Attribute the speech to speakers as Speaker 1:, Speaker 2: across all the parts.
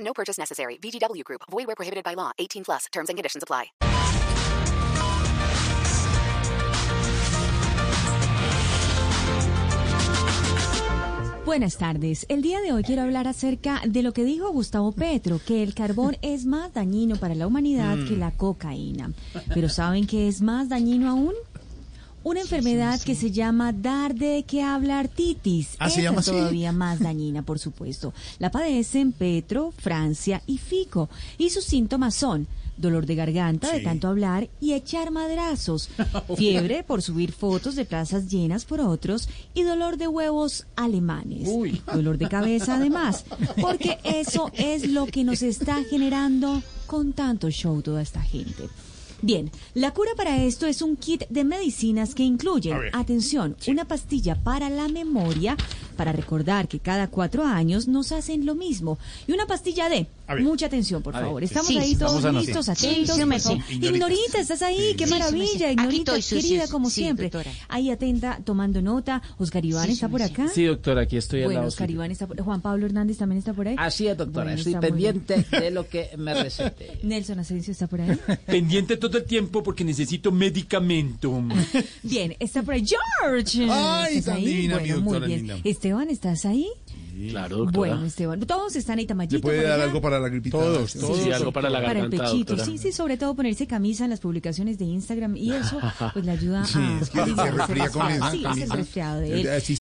Speaker 1: No purchase necessary. VGW Group. Void where prohibited by law. 18 plus. Terms and conditions apply.
Speaker 2: Buenas tardes. El día de hoy quiero hablar acerca de lo que dijo Gustavo Petro, que el carbón es más dañino para la humanidad que
Speaker 3: Mm.
Speaker 2: la cocaína. Pero ¿saben qué es más dañino aún? Una enfermedad que se llama dar de que hablar titis.
Speaker 3: Ah, ¿se llama así?
Speaker 2: todavía más dañina, por supuesto. La padecen Petro, Francia y Fico. Y sus síntomas son dolor de garganta de
Speaker 3: Sí. Oh,
Speaker 2: tanto hablar y echar madrazos, fiebre por subir fotos de plazas llenas por otros y dolor de huevos alemanes. Dolor de cabeza además, porque eso es lo que nos está generando con tanto show toda esta gente. Bien, la cura para esto es un kit de medicinas que incluyen,
Speaker 3: A ver.
Speaker 2: atención, una pastilla para la memoria, para recordar que cada cuatro años nos hacen lo mismo, y una pastilla de,
Speaker 3: A ver.
Speaker 2: mucha atención por
Speaker 3: A ver.
Speaker 2: favor, estamos
Speaker 4: Sí,
Speaker 2: ahí todos
Speaker 3: estamos
Speaker 2: listos,
Speaker 3: anotados.
Speaker 2: atentos.
Speaker 4: Sí, sí,
Speaker 2: por
Speaker 4: me sé.
Speaker 2: favor.
Speaker 3: Ignorita.
Speaker 2: Ignorita, estás ahí,
Speaker 4: Sí, sí,
Speaker 2: qué
Speaker 4: me sé.
Speaker 2: maravilla,
Speaker 4: Aquí
Speaker 2: Ignorita,
Speaker 4: estoy, sí,
Speaker 2: querida
Speaker 4: sí,
Speaker 2: como
Speaker 4: sí,
Speaker 2: siempre.
Speaker 4: doctora.
Speaker 2: Ahí atenta, tomando nota. Oscar Iván
Speaker 4: Sí,
Speaker 2: está
Speaker 4: sí,
Speaker 2: por
Speaker 4: sí.
Speaker 2: acá.
Speaker 5: Sí, doctora, aquí estoy al
Speaker 2: bueno,
Speaker 5: lado
Speaker 2: Oscar
Speaker 5: suyo.
Speaker 2: Iván está por... Juan Pablo Hernández también está por ahí.
Speaker 5: Así es, doctora,
Speaker 2: Bueno,
Speaker 5: estoy
Speaker 2: está muy bien.
Speaker 5: pendiente de lo que me recete.
Speaker 2: Nelson Asensio está por ahí.
Speaker 6: Pendiente todo el tiempo porque necesito medicamento.
Speaker 2: Bien, está por ahí. George.
Speaker 3: Ay,
Speaker 2: ¿estás
Speaker 3: tan
Speaker 2: ahí?
Speaker 3: divina mi
Speaker 2: bueno, muy
Speaker 3: doctora
Speaker 2: bien.
Speaker 3: linda.
Speaker 2: Esteban, ¿estás ahí?
Speaker 5: Claro,
Speaker 2: Bueno, Esteban. Todos están ahí, Tamayito.
Speaker 3: ¿Le puede
Speaker 2: por
Speaker 3: dar
Speaker 2: allá?
Speaker 3: algo para la gripita?
Speaker 6: Todos, todos.
Speaker 5: Sí, algo para la
Speaker 2: Para el
Speaker 5: garganta,
Speaker 2: pechito,
Speaker 5: doctora.
Speaker 2: sí, sí, sobre todo ponerse camisa en las publicaciones de Instagram y eso pues le ayuda
Speaker 3: Sí,
Speaker 2: a...
Speaker 3: es que se resfría con esa
Speaker 2: Sí, es el
Speaker 3: camisa.
Speaker 2: resfriado de él.
Speaker 3: Eh, sí,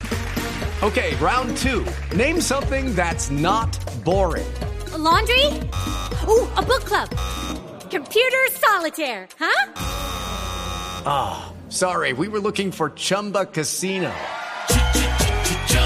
Speaker 7: Okay, round two. Name something that's not boring.
Speaker 8: laundry? Ooh, a book club. Computer solitaire, huh?
Speaker 7: Sorry, we were looking for Chumba Casino.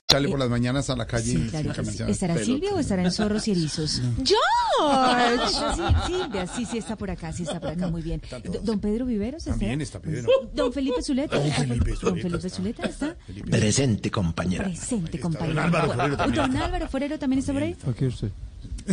Speaker 3: Sale por las mañanas a la calle
Speaker 2: Sí,
Speaker 3: sin
Speaker 2: claro que sí.
Speaker 3: camisa.
Speaker 2: ¿Estará Silvia o estará en zorros y erizos? ¡George! Sí, Silvia, sí, sí está por acá, sí está por acá, muy bien. Do- ¿Don Pedro Viveros está?
Speaker 3: También está Pedro.
Speaker 2: ¿Don Felipe Zuleta?
Speaker 3: Don
Speaker 2: está por-
Speaker 3: Felipe
Speaker 2: ¿Don
Speaker 3: Zuleta
Speaker 2: Felipe
Speaker 3: está.
Speaker 2: Zuleta está?
Speaker 9: Presente, compañera.
Speaker 2: Presente, compañero.
Speaker 3: Don Álvaro Forero
Speaker 2: Bueno,
Speaker 3: también
Speaker 2: ¿Don Álvaro Forero también está por ahí?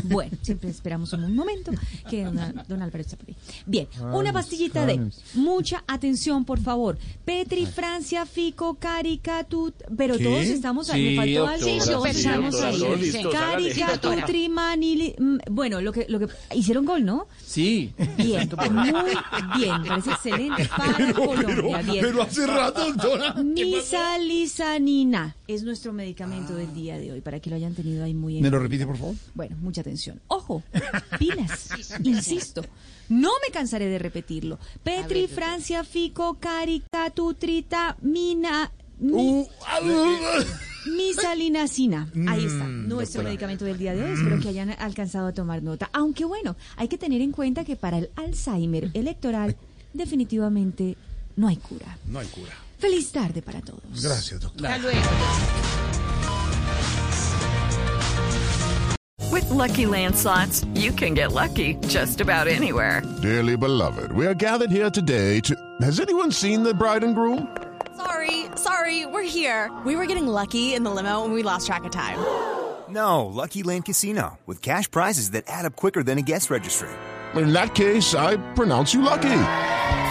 Speaker 2: Bueno, siempre esperamos un momento que don, Al- don Álvaro esté por ahí. Bien, una pastillita de mucha atención, por favor. Petri, Francia, Fico, Caricatut, pero
Speaker 3: ¿Qué?
Speaker 2: todos estamos ahí.
Speaker 6: Sí,
Speaker 2: Le faltó
Speaker 6: doctora,
Speaker 2: alguien,
Speaker 4: sí,
Speaker 2: todos
Speaker 4: doctora,
Speaker 2: estamos
Speaker 4: doctora,
Speaker 2: ahí.
Speaker 4: todos listos, hágale.
Speaker 2: Caricatutri, manili- mm, bueno, lo que, lo que hicieron gol, ¿no?
Speaker 5: Sí.
Speaker 2: Bien, muy bien, parece excelente para Colombia. bien.
Speaker 3: pero hace rato, doctora.
Speaker 2: Misalisanina es nuestro medicamento del día de hoy, para que lo hayan tenido ahí muy en
Speaker 3: ¿Me lo repite, por favor?
Speaker 2: bueno, mucha atención. Ojo, pilas, insisto. No me cansaré de repetirlo. Petri, Francia, Fico, Carica, Tutrita, Mina, mi,
Speaker 3: Uh, eh,
Speaker 2: Misalinacina. Ahí está,
Speaker 3: Mm,
Speaker 2: nuestro medicamento del día de hoy. Espero que hayan alcanzado a tomar nota. Aunque bueno, hay que tener en cuenta que para el Alzheimer electoral definitivamente no hay cura.
Speaker 3: No hay cura.
Speaker 2: Feliz tarde para todos.
Speaker 3: Gracias, doctora.
Speaker 10: With Lucky Land slots, you can get lucky just about anywhere.
Speaker 9: Dearly beloved, we are gathered here today to. Has anyone seen the bride and groom?
Speaker 8: Sorry, sorry, we're here. We were getting lucky in the limo and we lost track of time.
Speaker 7: No, Lucky Land Casino with cash prizes that add up quicker than a guest registry.
Speaker 9: In that case, I pronounce you lucky.